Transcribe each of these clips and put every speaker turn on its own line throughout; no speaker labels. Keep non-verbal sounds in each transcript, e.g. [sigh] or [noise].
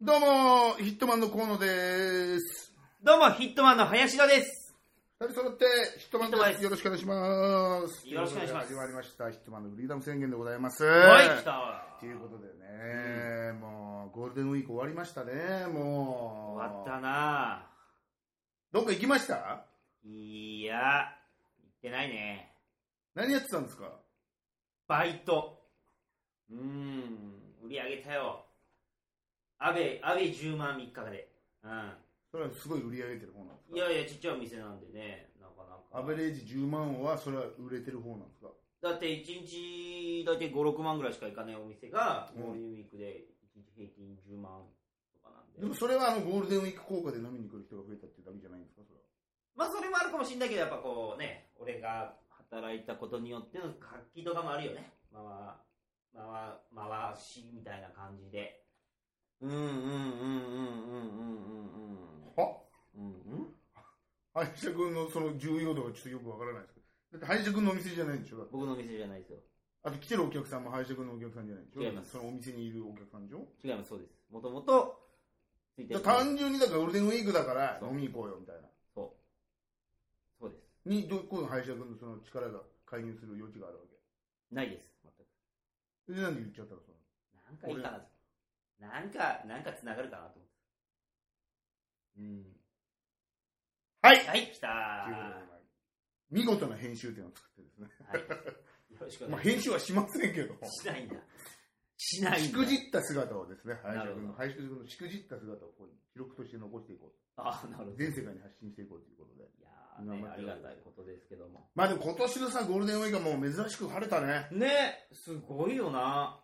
どうもーヒットマンの河野でーす。
どうも、ヒットマンの林田です。
二人揃ってヒットマンで
ヒットマ
す。
ンです
よろしくお願いします。
よろしくお願いしま
とうことで
す
始まりました。ヒットマンのフリーダム宣言でございます。
はい、来たわ
と。いうことでね、もうゴールデンウィーク終わりましたね。もう。
終わったな
どっか行きました
ぁ。いや、行ってないね。
何やってたんですか
バイト。うーん、売り上げたよ。安倍、安倍10万3日で。う
それはすごい売り上げてる方なんです
ん。いやいや、ちっちゃいお店なんでね、なか
かア
なか
ベ。レージ10万はそれは売れてる方なんですか
だって1日だけ5、6万ぐらいしか行かないお店が、
うん
ゴールデンウィークで1日平均10万とかなんで。
でもそれはあのゴールデンウィーク効果で飲みに来る人が増えたっていうだけじゃないんですかそれは
まあそれもあるかもしれないけど、やっぱこうね、俺が働いたことによっての活気とかもあるよね。まあ、まあ、まあ、回しみたいな感じで。うんうんうんうんうん
は
うんうん。うんうん
林田君のその重要度がちょっとよくわからないですけど。だって林田君のお店じゃないんでしょだって
僕のお店じゃないですよ。
あと来てるお客さんも林田君のお客さんじゃないでしょ
違います
そのお店にいるお客さんでしょ
違います、そうです。もともと、ついて
だ
る。
から単純にだからゴールデンウィークだから
そう
飲みに行こうよみたいな。
そう。そうです。
に、どこの林田君のその力が介入する余地があるわ
ないです。
け。
全く
で、なんで言っちゃったのその
なんかいいかなと。なんか、なんか繋がるかなと思って。うん。
はい
はい、来た
ということで見事な編集点を作ってですね。
はい。よろしくお願いします。
まあ編集はしませんけど。
し [laughs] ないんだ。しないんだ。
しくじった姿をですね、林田君の、
な
林田君のしくじった姿をこう記録として残していこ
あなるほ
う。
ど。
全世界に発信していこうということで。
いやーね、ありがたいことですけども。
まあでも今年のさ、ゴールデンウィークはもう珍しく晴れたね。
ね、すごいよな。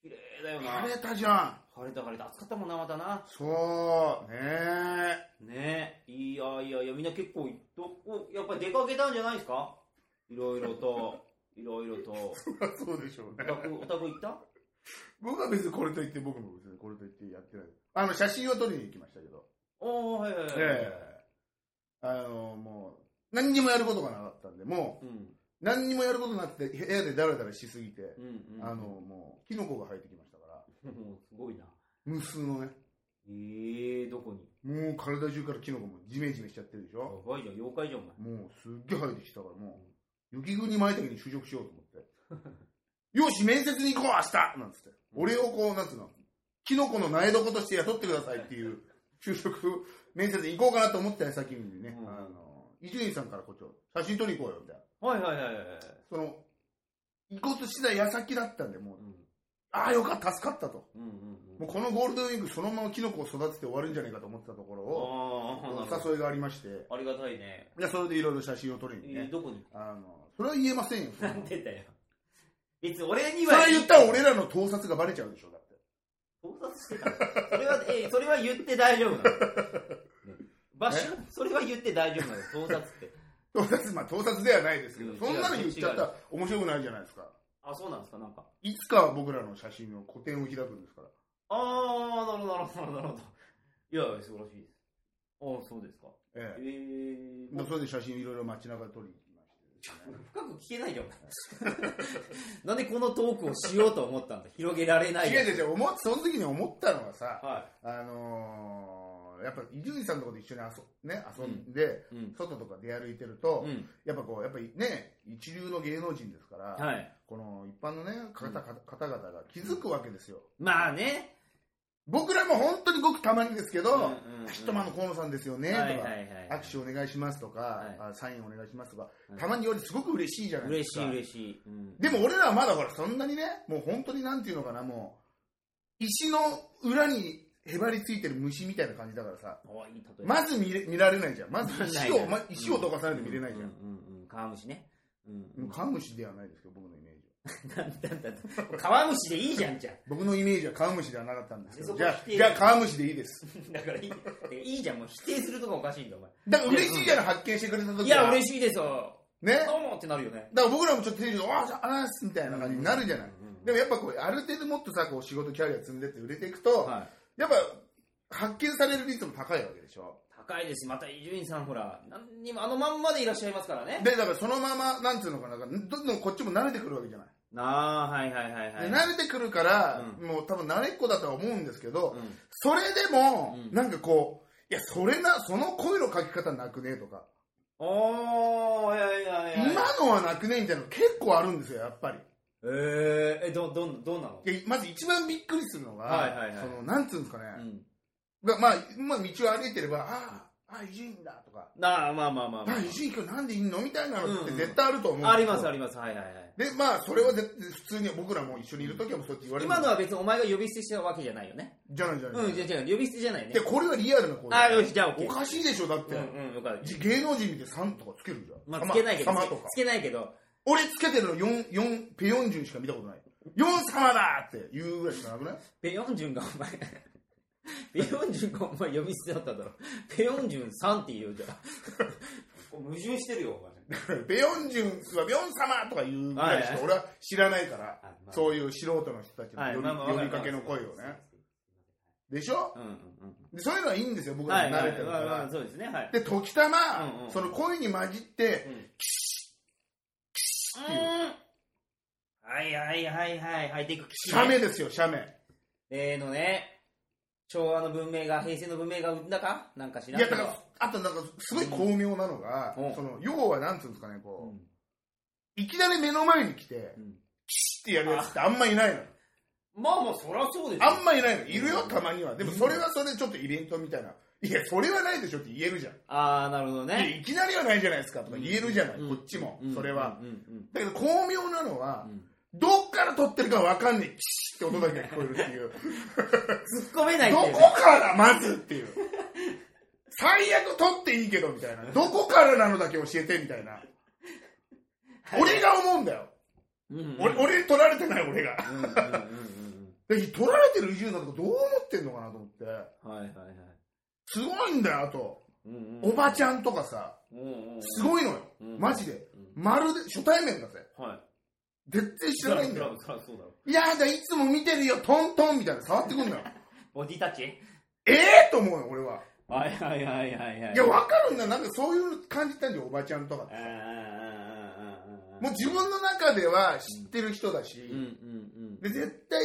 綺麗だよな。
晴れたじゃん。
晴れた晴れた。暑かったもんな、またな。
そう、ねえ。
ねいやいやいや、みんな結構、どこ、やっぱり出かけたんじゃないですかいろいろ [laughs] と、いろいろと。
[laughs] そうでしょう
お
ね。
宅、お宅行った
僕は別にこれと言って、僕も別にこれと言ってやってない。あの、写真を撮りに行きましたけど。
おー、はいはいはい。
ええあの、もう、何にもやることがなかったんで、も
うん、
う、何にもやることなくて、部屋でダラダラしすぎて、
うん、うん。
あの、、もう、キノコが生えてきましたから、
もう [laughs] すごいな。
無数のね、
えー、どこに
もう体中からキノコもジメジメしちゃってるでし
や
ょ。
ばいじゃん、妖怪じゃん、お前。
もう、すっげえ生えてきたから、もう、雪国前だけに就職しようと思って。 [laughs] よし、面接に行こう、明日なんつって。俺をこう、なんつうの、キノコの苗床として雇ってくださいっていう、就職、面接に行こうかなと思った矢先にね、
うん
あの、伊集院さんからこっちを、写真撮りに行こうよ、みたいな。
はいはいはいはいはい。
その、行こうとしてた矢先だったんで、もう、
う
ああ、よかった、助かったと。
ん、うん、うん。
もうこのゴールデンウィーク、そのままキノコを育てて終わるんじゃないかと思ってたところを、
ああ、なる
お
ほ
誘いがありまして、
ど。ありがたいね。
いやそれでいろいろ写真を撮り
え
にね
ー、どこに
あの、それは言えませんよ。そん
な
なの
んでだよ。別に俺に
そ
は。
れは言ったら俺らの盗撮がバレちゃうでしょ、だ
[laughs]
って。
盗撮してたのそれは、 [laughs] えーそれは言って大丈夫 [laughs] なの。ね場所、それは言って大丈夫なの。盗撮って。
盗撮、まあ盗撮ではないですけど、
うん
そんなの言っちゃったら面白くないじゃないですか。
[laughs] あ、そうなんですか、なんか。
いつかは僕らの写真の個展を開くんですから。
ああ、なるほど、なるほど、なるほど。いや、素晴らしいです。ああ、そうですか。え
ええ。
ー、
それで写真いろいろ街中で撮りに行きましてですね、
深く聞けないよ、お前 [laughs] なんでこのトークをしようと思ったんだ広げられないよ
違う違う違う思っ、その時に思ったのがさ、
は
あのーやっぱ伊集院さんのとこと一緒に遊,、ね、遊んで、
い。うん。
外とか出歩いてると、
うん。
やっぱこう、やっぱりね、一流の芸能人ですから、
はい。
この一般のね、方々方々が気づくわけですよ。
まあね。
僕らも本当にごくたまにですけど、
うんうんうん
ヒットマンの河野さんですよねとか、
はいはいはいはい、
握手お願いしますとか、
はい
あサインお願いしますとか、
うん
たまによりすごく嬉しいじゃないで
嬉
す
し
か。
い嬉しい、うん
でも俺らはまだほら、そんなにね、もう本当になんていうのかな、もう、石の裏にへばりついてる虫みたいな感じだからさ、
おいい例え
まず見れ見られないじゃん。まず
ない
石を、ま、石をどかさないと見れないじゃん。
うんうんうん、川虫ね、うん
もうカンムシではないですけど、僕のイメージは。
[laughs] なんだなんだ川虫でいいじゃんじゃ [laughs] ん
僕のイメージはカンムシではなかったんですけど、
そ
じゃ
こは
あ
否、定
じゃあカンムシでいいです。
だからいいいいじゃんもう否定するとこおかしいんだお前
だから嬉しいじゃない、発見してくれた時は。
いや嬉しいですよ
ね。
どうもってなるよね
だから僕らもちょっとテンション、わあ、あらすみたいな感じになるじゃない。
うんうん
でもやっぱこう、ある程度もっとさ、こう仕事キャリア積んでって売れていくと、
はい
やっぱ発見される率も高いわけでしょ。
高いですしまた伊集院さんほら何にもあのまんまでいらっしゃいますからね
で、だからそのまま、なんつうのかな、どんどんこっちも慣れてくるわけじゃない。
ああ、はいはいはいはい。
で慣れてくるから、もう多分慣れっこだとは思うんですけど、
うん
それでも、
うん
なんかこう、いや、それな、その声の書き方なくねとか、
おー、いやいやいや。
今のはなくねみたいなの結構あるんですよ、やっぱり。
えー、え、ど、どん、どうなの
いやまず一番びっくりするのが、
はいはいはい
その、なんつうんですかね、
うん。
がまあ、まあ、道を歩いてれば、ああ、あ、伊集院だとか、
なあ、まあまあまあまあ
あ、伊集院今日なんでいんのみたいなのっ
うん
て
うん
絶対あると思うんですよ、
ありますあります、はいはいはい。
で、まあ、それは絶普通に僕らも一緒にいるときはもうそうやって言われる。
今のは別にお前が呼び捨てしたわけじゃないよね。
じゃないじゃない。
うん、じゃあ違う、呼び捨てじゃないね
で、。これはリアルな声
あよし、じゃあ OK。
おかしいでしょ、だって。
うんうん、よかった。
じ芸能人見て3とかつけるじゃん。
まあ、
様
つけないけど、
様とか。
つけないけど、
俺つけてるの4、四ペヨンジュンしか見たことない。4様だって言うぐらいしかなくない
ペヨンジュンがお前、ペヨンジュンがお前読み捨てだっただろ。ペヨンジュンさんって言うじゃん。矛盾してるよ、お前。
ペヨンジュンはペヨン様とか言うぐらいしか
はいはい
俺は知らないから、
あ
[laughs]
まあ
そういう素人の人たちの
はい、
呼び,、
まあまあわる
かけの声をね。。でしょ
うんうん
でそういうのはいいんですよ、
うん。
僕
は
ら
い、
も
は
慣れ
い
てるか
まあ
ら。
まあ、そうですね、はい。
で、時たま、
うんうん
その声に混じって、
うん
っていう
はいはいはいはい、ハイテク機器ね
写メですよ、写メ。
例のね、昭和の文明が平成の文明が生んだかなんか知ら
い
んけ
や、
ど。
だから、あとなんか、すごい巧妙なのが、
うん
その、要はなんつうんですかね、
う
こ
ん
う、いきなり目の前に来て
う、ん
シッてやるやつってあんまいないの。
まあまあ、そりゃそうですよ
あんまいないの。いるよ、たまには。でも、
うん
それはそれでちょっとイベントみたいな。いや、それはないでしょって言えるじゃん。
あー、なるほど
いや
ね。
いきなりはないじゃないですかとか言えるじゃない、
うん
こっちも
う。ん
それは。。
うんうん
だけど、巧妙なの
う
は
ん、うん
どっから撮ってるかわかんねえ、シッって音だけが聞こえるっていう。
突っ込めないって
ど
いうね
こからまずって
[laughs]
いう。最悪撮っていいけどみたいな。どこからなのだけ教えてみたいな。俺が思うんだよ。
うんうん
俺、俺取られてない俺が。
うんうんうん
で取られてる伊集院さんとかどう思ってんのかなと思って。
うんはいはいはい。
すごいんだよ、あと。
うんうん
おばちゃんとかさ、
うんうんうん。
すごいのよ。
うん
マジで。
うん
まるで、初対面だぜ。
はい。
絶対知らないんだ
そ
よ
ら。そらそうだろ。
いやだ、いつも見てるよ、トントンみたいな触ってくんだよ。
ボディタッチ
ええと思うよ、俺は。
はいはいはいはいはい。
いや、わかるんだよ。なんかそういう感じたんじゃん、おばちゃんとかって
うんうんうんうんうんうん
もう自分の中では知ってる人だし、
うんうん
で絶対、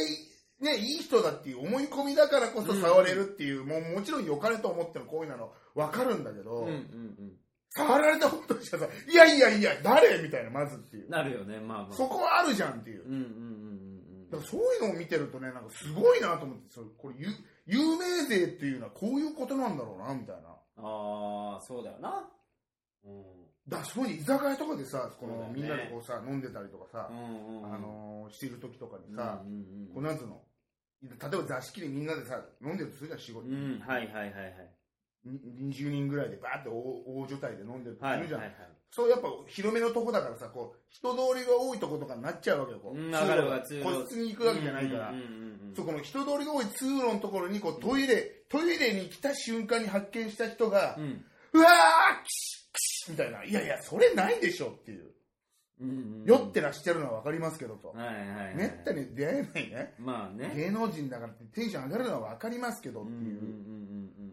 ね、いい人だっていう思い込みだからこそ触れるっていう、もうもちろん良かれと思っての行為なの分かるんだけど、
うん。うんうん
触られたことしたらさ、いやいやいや、誰みたいな、まずっていう
うん。。なるよね、まあまあ。
そこはあるじゃんっていう
う。んうんうんうんう
だ
ん
からそういうのを見てるとね、なんかすごいなと思って、それこれ有、有名税っていうのはこういうことなんだろうな、みたいな。
ああ、そうだよな。うん。
だからそういう居酒屋とかでさ、こ
そうだ
の
よね
みんなでこうさ、飲んでたりとかさ
う、んうんうん。
あのーしてる時とかにさ、
うんうん
こう
うん、
なんつうの例えば座敷でみんなでさ飲んでるとするじゃん仕事、
うん、はいはいはいはい。
に20人ぐらいでバーって大大所帯で飲んでると
はい
するじゃん、
はいはい。
そうやっぱ広めのとこだからさこう人通りが多いとことかになっちゃうわけよこう、
う
通
ん
路
わかるわ通路
個室に行くわけじゃないから、
うんうんうんうん
そうこの人通りが多い通路のところにこうトイレ、トイレに来た瞬間に発見した人が、
うん。うん
うわーキシッキシッみたいないやいやそれないでしょっていう、
うんうん。
酔ってらっしゃるのはわかりますけどと、
はいはいはい。
めったに出会えないね
まあね。
芸能人だからってテンション上がるのは分かりますけどっ
うん
て
うんうん
いう、
うんうん。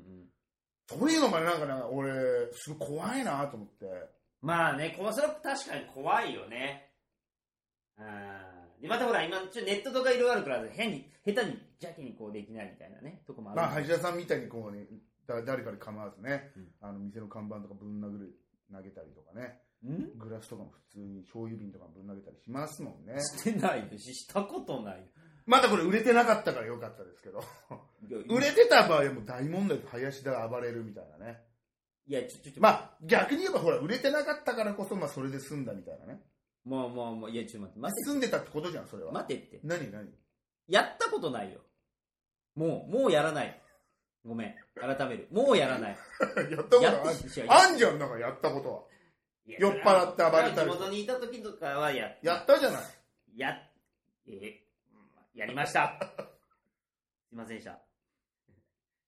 そういうのがねなんかなんか俺すごい怖いなと思って
まあね、こうそれは確かに怖いよね。うん。で、またほら、今、ちょネットとか色々あるから、変に、下手に、邪気にこうできないみたいなね、とこもある。
まあ橋田さんみたいにこうねだ誰かに構わずね、
うん
あの店の看板とかぶん殴る投げたりとかね
うん
グラスとかも普通に醤油瓶とかもぶん投げたりしますもんね
してないよし、したことないよ。
まだこれ売れてなかったからよかったですけど
いや
売れてた場合はもう大問題で林田が暴れるみたいなね
いや、ちょ、ちょ、ちょ、
まあ逆に言えばほら売れてなかったからこそまあそれで済んだみたいなね
まあまあまあ、いや、ちょっと待って、
済んでたってことじゃんそれは
待て、待てって。
何何 [laughs]
やったことないよ。もう、もうやらない。ごめん。改める。もうやらない。
やったことあ
や
る
ってしいや
あんじゃん、なんかやったことは。
いや
酔っ払って暴れたり
地元にいた時とかはや、
やったじゃない。
や、え、やりました。すいませんでした。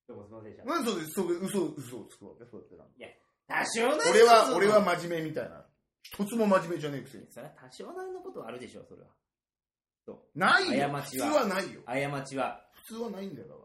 どうもすいませんでした。
なんでそれ嘘、嘘、嘘をつくわけそうやってなんか
多少なりの
俺
こと
は、俺は、真面目みたいな。一つも真面目じゃねえくせに。
それは多少なりのことはあるでしょう、それは。
ないよ。
過
普
ち
通
は
はないよ。
過ちは。
普通はないんだよ、だか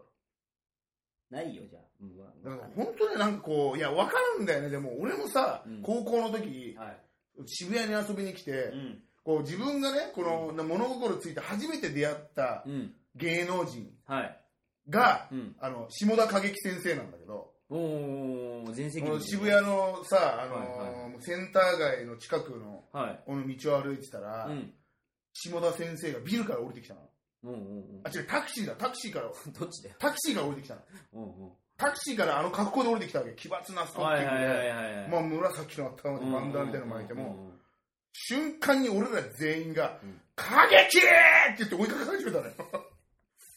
ないよ、じゃあ。うん、わ
ら。だから本当になんかこう、いや、わかるんだよね。でも俺もさ
うん、
高校の時、
はい。
渋谷に遊びに来て
う、ん。
こう自分がね、この物心ついて初めて出会った
うん。
芸能人
はい。
が、
うん。
あの、下田景樹先生なんだけど、
おー、全席
この渋谷のさ、あの
はい
センター街の近くの
はい。
この道を歩いてたら、
うん。
下田先生がビルから降りてきたの。
うんうん
あ、違う、タクシーだ、タクシーから、
うん。 [laughs] どっちだよ。
タクシーから降りてきたの。
うんうん。
タクシーからあの格好で降りてきたわけ。奇抜なストッキングで。
はいは
まあ、紫の頭でバンダナみたいなの巻いても、瞬間に俺ら全員が
うん、
過激って言って追いかけ始めたのよ。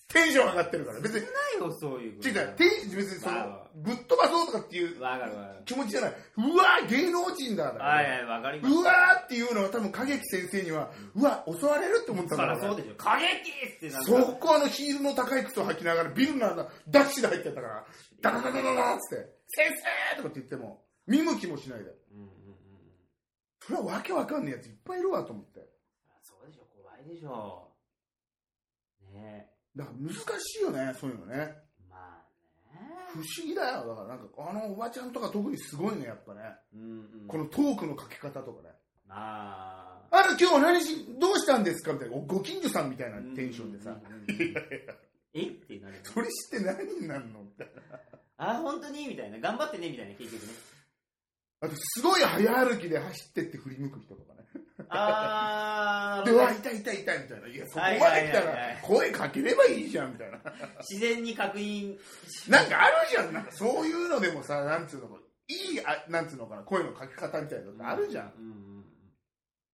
テンション上がってるから。別に、
ないよそういう
違う違う、テンション、別にそ
ま
の
あ、
ぶっ飛ばそうとかっていう
わかるわかる
気持ちじゃない。うわー芸能人だだから
はいはいわかります
うわーっていうのは多分、過激先生には、うわ、襲われるって思ってた
そ
んだ
ら
ろ
そう
ね
でしょ。過激ってなんか
そこあのヒールの高い靴を履きながら、ビルの穴、ダッシュで入ってったから、ダダダダダダっつって、先生とかって言っても、見向きもしないで。
うんうんうんうん。
それはわけわかんねえやついっぱいいるわと思って。
そうでしょ、怖いでしょ。ね
だから難しいよね、そういうのね。
え、まあ
不
ね。
思議だよ。だからなんか、あのおばちゃんとか特にすごいね、やっぱね。
うんうん。
このトークのかけ方とかね。
まあ。
あら、今日何し、どうしたんですかみたいな、ご近所さんみたいなテンションでさ。
うんうんうんうん。えってなるよね。
それして何になるのみたいな。
あ、本当にみたいな。頑張ってねみたいな、
[laughs]
結局ね。
あと、すごい早歩きで走ってって振り向く人とかね。
あ
で、うわ、痛い痛い痛いみたいな。いや、そこまで来た
はいはいはい
ら
は、
声かければいいじゃん、みたいな。 [laughs]
ー、自然に確認。
なんかあるじゃん、なんかそういうのでもさ、なんつうの、いい、あなんつうのかな、声のかけ方みたいなのってあるじゃん。
うん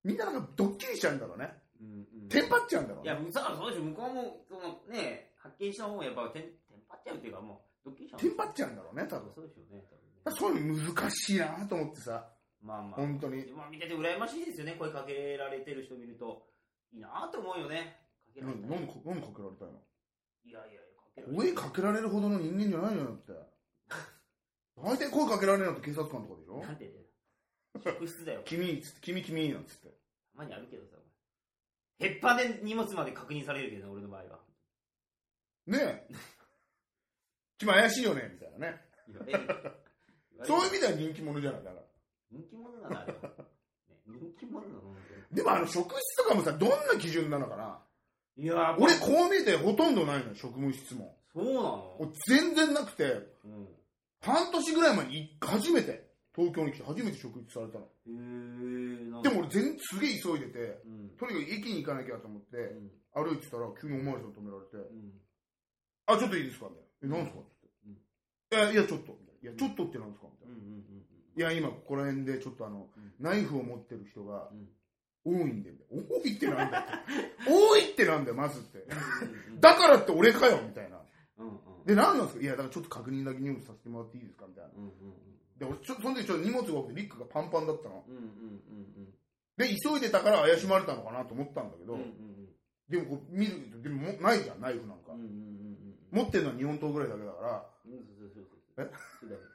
みんななんかドッキリしちゃうんだろうね。
うんうん。うんうん。
テンパっちゃうんだろう
いや
ね。、
さそうでしょ、向こうも、そのね、発見した方もやっぱテン、テンパっちゃうっていうか、もう、ドッキリしちゃう。
テンパっちゃうんだろうね、多
多
分。だか
そうでしょうね、多分ね
らそういうの難しいなと思ってさ、
まあまあ。
本当に。
まあ見てて羨ましいですよね、声かけられてる人見ると。いいなと思うよね。かけられ
何
た
か
らい
何かけられたいの
やいやいや、かけられたら
声かけられるほどの人間じゃないのよだって。大体声かけられるのって警察官とかでし
[laughs]
ょ
なんてだよ。職質だよ。た
君、つって、君、君、なんつって。
まにあるけどさ、お前ヘッパで荷物まで確認されるけどね、俺の場合は。
ねえ。君怪しいよねみたいなね。
言われる
[laughs] そういう意味では人気者じゃないだから。
人気者なのあれは、ね人気者なの本
でもあの職質とかもさ、どんな基準なのかな
当にいやー
俺こう見えてほとんどないのよ、職務質問。
そうなの
俺全然なくて、
うん。
半年ぐらい前に初めて、東京に来て初めて職質されたの。
へー、なん
で
か
も俺全すげえ急いでて、
うん。
とにかく駅に行かなきゃと思っ
う
て、
ん。
歩いてたら急におまわりさん止められて、
うん。
あ、ちょっといいですかみたいな。え、なんですかって。いや、いや、ちょっと。みたいな。いや、ちょっとってなんですかみたい
うん
な。
うん
いや、今ここら辺でちょっとあの、
うん
ナイフを持ってる人が
うん
多いんで、みたいな多いってなんだよ。多いってなんだよ、まずって。
うん。
だからって俺かよみたいな。
うんうん。
で、何なんですかいや、だからちょっと確認だけ荷物させてもらっていいですかみたいな。
うんうん
で、俺、ちょその時ちょっと荷物が多くてリュックがパンパンだったの。
うん。うんうん
で、急いでたから怪しまれたのかなと思ったんだけ
うんう
ど、
ん。うんうん
でもこう見ると、でももないじゃん、ナイフなんか
うん。うんうんうん。
持ってるのは日本刀ぐらいだけだから、
うん、そうそうそうそう。それダメ。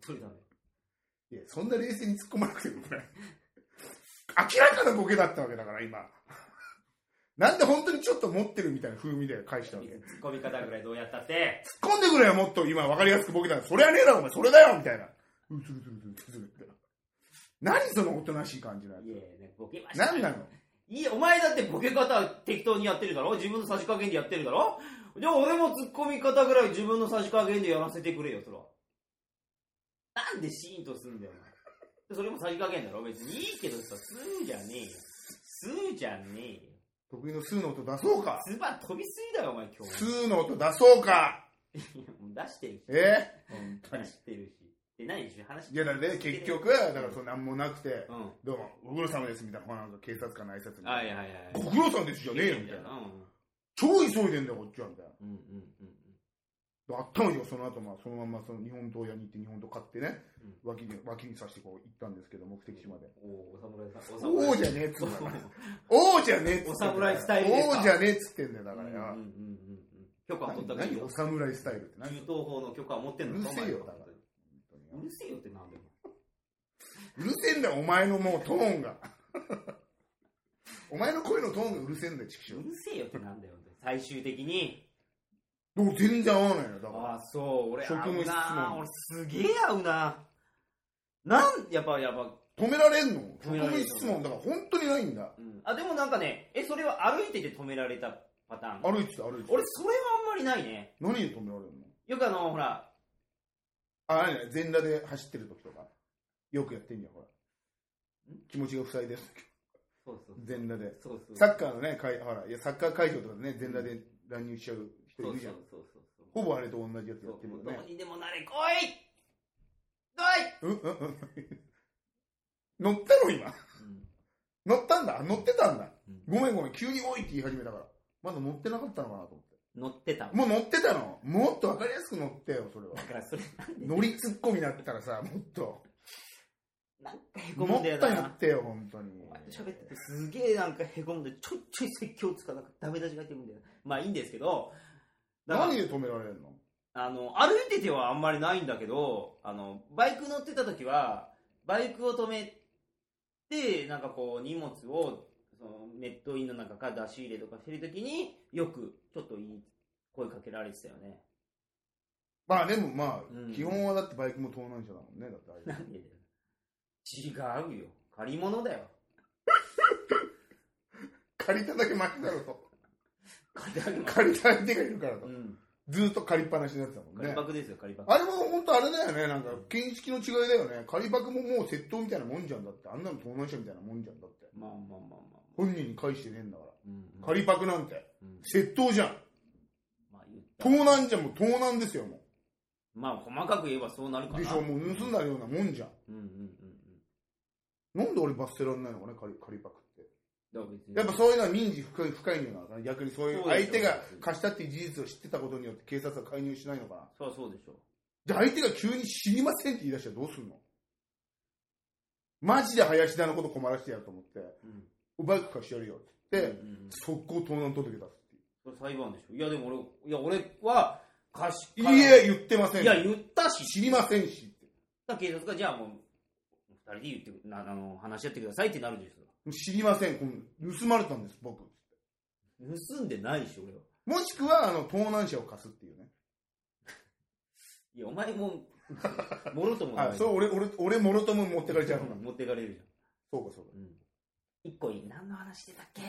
それダメ。
いや、そんな冷静に突っ込まなくてもこれ。明らかなボケだったわけだから、今。なんで本当にちょっと持ってるみたいな風味で返したわけ。突っ
ツッコミ方ぐらいどうやったって。
込んでくれよ、もっと今分かりやすくボケたら、それはねえだろ、お前、それだよみたいな。うつるつるつるつるつるって。何そのおとなしい感じのや
いやいや、ね、ボケまし
つ。
た。
何なの
いや、お前だってボケ方適当にやってるだろ自分の差し加減でやってるだろじゃあ俺もツッコミ方ぐらい自分の差し加減でやらせてくれよ、そら。なんでシーンとすんだよ、お前。それも差し加減だろ別にいいけどさ、すーじゃねえよ。すーじゃねえよ。
得意の数の音出そうか。
つば飛びすぎだよ、お前今日。
数の音出そうか。
いやもう出してるし。
え本当に
出。してるし。で、何し話
いやだね、結局、だからそんなんもなくて、
うん。
どうも、ご苦労様ですみたいな、ほらなんか警察官の挨拶に。
はいはいはい。
ご苦労さんですじゃねえよみたいな。超急いでんだよ、こっちはみたいな。
うんうんうん
であったのよ、その後、まあ、そのままその日本刀屋に行って日本刀買ってね、脇に、脇に刺してこう行ったんですけど、目的地まで。
うん。おお侍さん。
おおじ
ゃ
ゃねえっつってんだから。おおじゃねえっつってんだから。
お侍スタイルですか
おおじゃねえっつってんだよ、だか
だからら
よ
うんうんうんうん。許可を取った
何
だけ
何
よ
お。侍スタイルって何
銃刀法の許可を持ってんの
うるせえよ
お前は
だから
うるせえよってなんだよ。
うるせえんだよ、お前のもうトーンが。 [laughs] お前の声のトーンがうるせえんだよ、チキシ
う
ョ
るせえよってなんだよ。最終的に。
でも全然合わないのよ、だから。
ああ、そう。俺、
職
合
務
う
質問
な。俺、すげえ合うな。なん、やっぱ、やっぱ、
止められんの
止めら
職
れ
務
る
質問だから本当にないんだ。
うんあ、でもなんかね、え、それは歩いてて止められたパターン。
歩いてた歩いてた。
俺、それはあんまりないね。
何で止められるの
よくあの、ほら、
あ、何々全裸で走ってる時とか。よくやってんじゃん、ほら。気持ちが塞いでる
そうそう。
全裸で。
そうそう。
サッカーのね、会ほら、いやサッカー会場とかでね、全裸で乱入しちゃう人
そ
いうるじ
そ
ゃ。
うんそうそうそう。
ほぼあれと同じやつや
そ
って
う、
る
も
よ
うど
ね
う。にでもなれ、来い来
う
い、
んうんうん。 [laughs] 乗ったの今。乗ったんだ。乗ってたんだ。ごめんごめん。急においって言い始めたから。まだ乗ってなかったのかなと思って。
乗ってた。だ
もう乗ってたのもっとわかりやすく乗ってよ、それ
[laughs]
は。
からそれ、
乗りツッコミだったらさ、もっと。
なんかへ
も
こむ
っ
んだよ
とや
な
っ。てよ、本当に。
お前と喋っててすげえなんかへこむんで、ちょいちょい説教つかなんかダメ出しが入ってくるんだよ。まあいいんですけど、だから
何で止められるの
あの、歩いててはあんまりないんだけど、あの、バイク乗ってた時は、バイクを止めて、なんかこう、荷物を、そのネットインの中から出し入れとかしてる時に、よく、ちょっといい声かけられてたよね。
まあでもま
うん
あ、基本はだってバイクも盗難車だもんね、だってあ
な
れ。
んでだよ。違うよ。借り物だよ。
借りただけ負けだろと。
借りたくない
借りた相手がいるから
う
と。
ん。
ずっと借りっぱなしになってたもん
借
ね
りパ。クですよ、借りパク。
あれも本当あれだよね、なんか、見識の違いだよね。仮パクももう窃盗みたいなもんじゃんだって。あんなの盗難車みたいなもんじゃんだって。
まあまあまあまあ。
本人に返してねえんだから。
うんうん
仮パクなんて、
うん
窃盗じゃん。
まあ言った
盗難じゃん、もう盗難ですよ、も
まあ細かく言えばそうなるか
う。
な。
でしょ、もう盗んだようなもんじゃん。
うんうんうんうん。
なんで俺罰せられないのかね、仮仮パクって。
だから別に
やっぱそういうのは民事不介不介入なのかな逆にそういう
そうで
相
すよ
手が貸したっていう事実を知ってたことによって警察は介入しないのかな
そりゃそうでしょ。
で相手が急に知りませんって言い出したらどうすんのマジで林田のこと困らせてやると思って
うん。
バイク貸してやるよって言って、
うんうん
速攻盗難届け出すっていう
それ裁判でしょ。いやでも俺、いや俺は貸し、
いいえ言ってません
いや言ったし、
知りませんし
警察がじゃあもう、二人で言って、なあの、話し合ってくださいってなるでし
知りませんこの盗まれたんです僕
ょ。盗んでないでしょ、俺は。
もしくはあの盗難車を貸すっていうね
いや、お
[laughs]
前も、もろとも
あそれ俺俺俺もろとも持ってかれちゃうのか
持ってかれるじゃん。
そうかそうか
うん一個いい。何の話でたっけ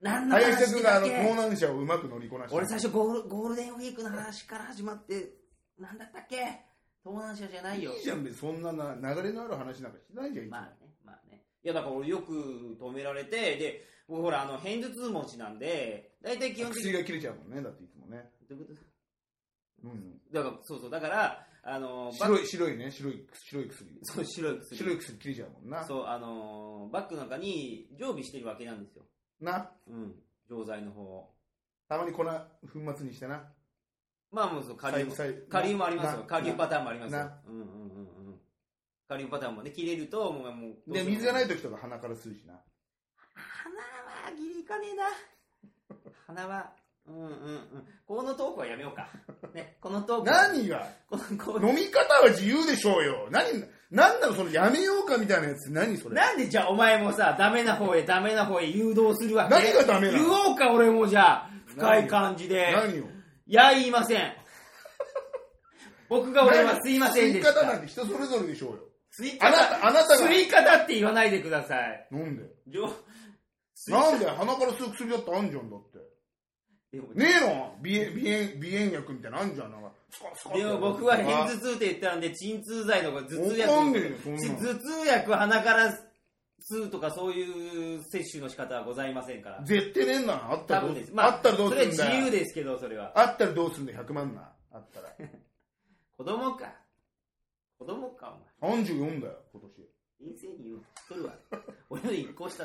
何の話
林田
で
君
た
が
っ
あの
け
盗難車をうまく乗りこなして
俺最初ゴールゴールデンウィークの話から始まって、なんだったっけ盗難者じゃないよ
い。いじゃん、別にそんなな流れのある話なんかしないじゃん、いつも
まあね、まあね。いや、だから俺よく止められて、で、僕ほら、あの、偏頭痛持ちなんで、大体基本的に
薬、が切れちゃうもんね、だっていつもね。
どういうこと
うんうん
だから、そうそう、だから、あの、バッ
白い、白いね、白い、白い薬。
[laughs] そう、白い薬。
白い薬切れちゃうもんな。
そう、あの、バッグの中に常備してるわけなんですよ。
な、
うん。錠剤の方を。
たまに粉、粉末にしてな。
まあもうそう、カリウム。
最後
カリウムありますよ。
な
カリウムパターンもありますよ
な。
うんうんうんうん。カリウムパターンもね、切れると、もう、もう。
で、水がない
と。
時とか鼻から吸うしな。
鼻はギリいかねえな。鼻は、うんうんうん。このトークはやめようか。ね、このトークは。
何が
このこの
飲み方は自由でしょうよ。何、何なのそのやめようかみたいなやつ。何それ。
なんでじゃあお前もさ、ダメな方へダメな方へ誘導するわけ
何がダメな
言
の
おうか俺もじゃあ、深い感じで。
何を
いや、言いません。僕が俺はすいませんでし
吸い方なん
た。
て人それぞれでしょうよ。
スイ
あ
カ
な
だ、
た、あなたが
ス。イカだって言わないでください。
なんで
じょスイカ
なんで鼻から吸う薬だってあんじゃんだって。
でも
ねえの鼻炎、鼻炎、鼻炎薬みたいなのあんじゃん。なんか、スカスカって
でも僕は偏頭痛って言ったんで、鎮痛剤とか頭痛
わかんねえよそんな
薬、し
の
頭痛薬は鼻から吸うとかそういう摂取の仕方はございませんから。
絶対ねえんだな。あったら
多
ど
分
う
です。
あったらどう
そ
す
れは
ん
自
だ
由
よ。
ですけど、それは。
あったらどうすんだよ、100万な。あったら。
子供か。子供か、お
34だよ、今
前。先生に言う
[laughs]
とるわ。俺の一個下。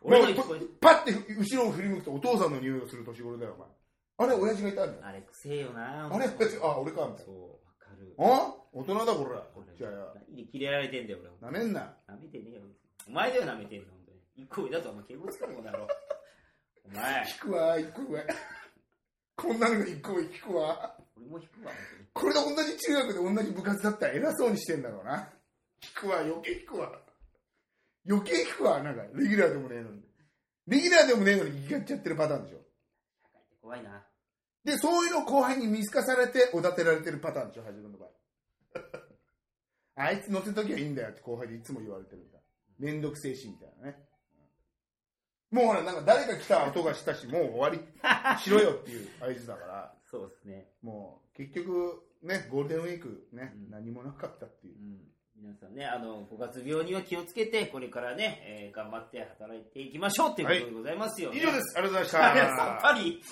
俺
年。
の一個下。
パッて後ろを振り向くとお父さんの匂いがする年頃だよ、お前。あれ、親父がいたんだよ。
あれ、くせえよな
あれ、親父、あ、俺か、みたい
そう、わかる。
な。あ大人だ、こら。こっちはよ。
何にキレられてんだよ、俺。
なめんな。
舐めてねえよ。お前だよ、舐めてんの、本当に。一個上だと、お前、敬語使うもんだ [laughs] ろ。お前、
引くわ、一個上。こんなのが一個上引くわ。
俺も引くわ、本当に。
これで同じ中学で同じ部活だったら偉そうにしてんだろうな。引くわ、余計引くわ。余計引くわ、なんか、レギュラーでもねえのに。レギュラーでもねえのにギガっちゃってるパターンでしょ。
社会って怖いな。
で、そういうのを後輩に見透かされて、おだてられてるパターンでしょ、はじめの場合。 [laughs] あいつ乗せときゃいいんだよって後輩でいつも言われてるみたいな。めんどくせえし、みたいなね。もうほら、なんか誰か来た音がしたし、もう終わり、しろよっていう合図だから、
そうですね。
もう結局、ね、ゴールデンウィークね、
うん
何もなかったっていう
う。ん。皆さんね、あの、五月病には気をつけて、これからね、えー頑張って働いていきましょうっていうことでございますよ、ね [laughs]
以上です。ありがとうございまし
あれ、
た
さっ。ぱり。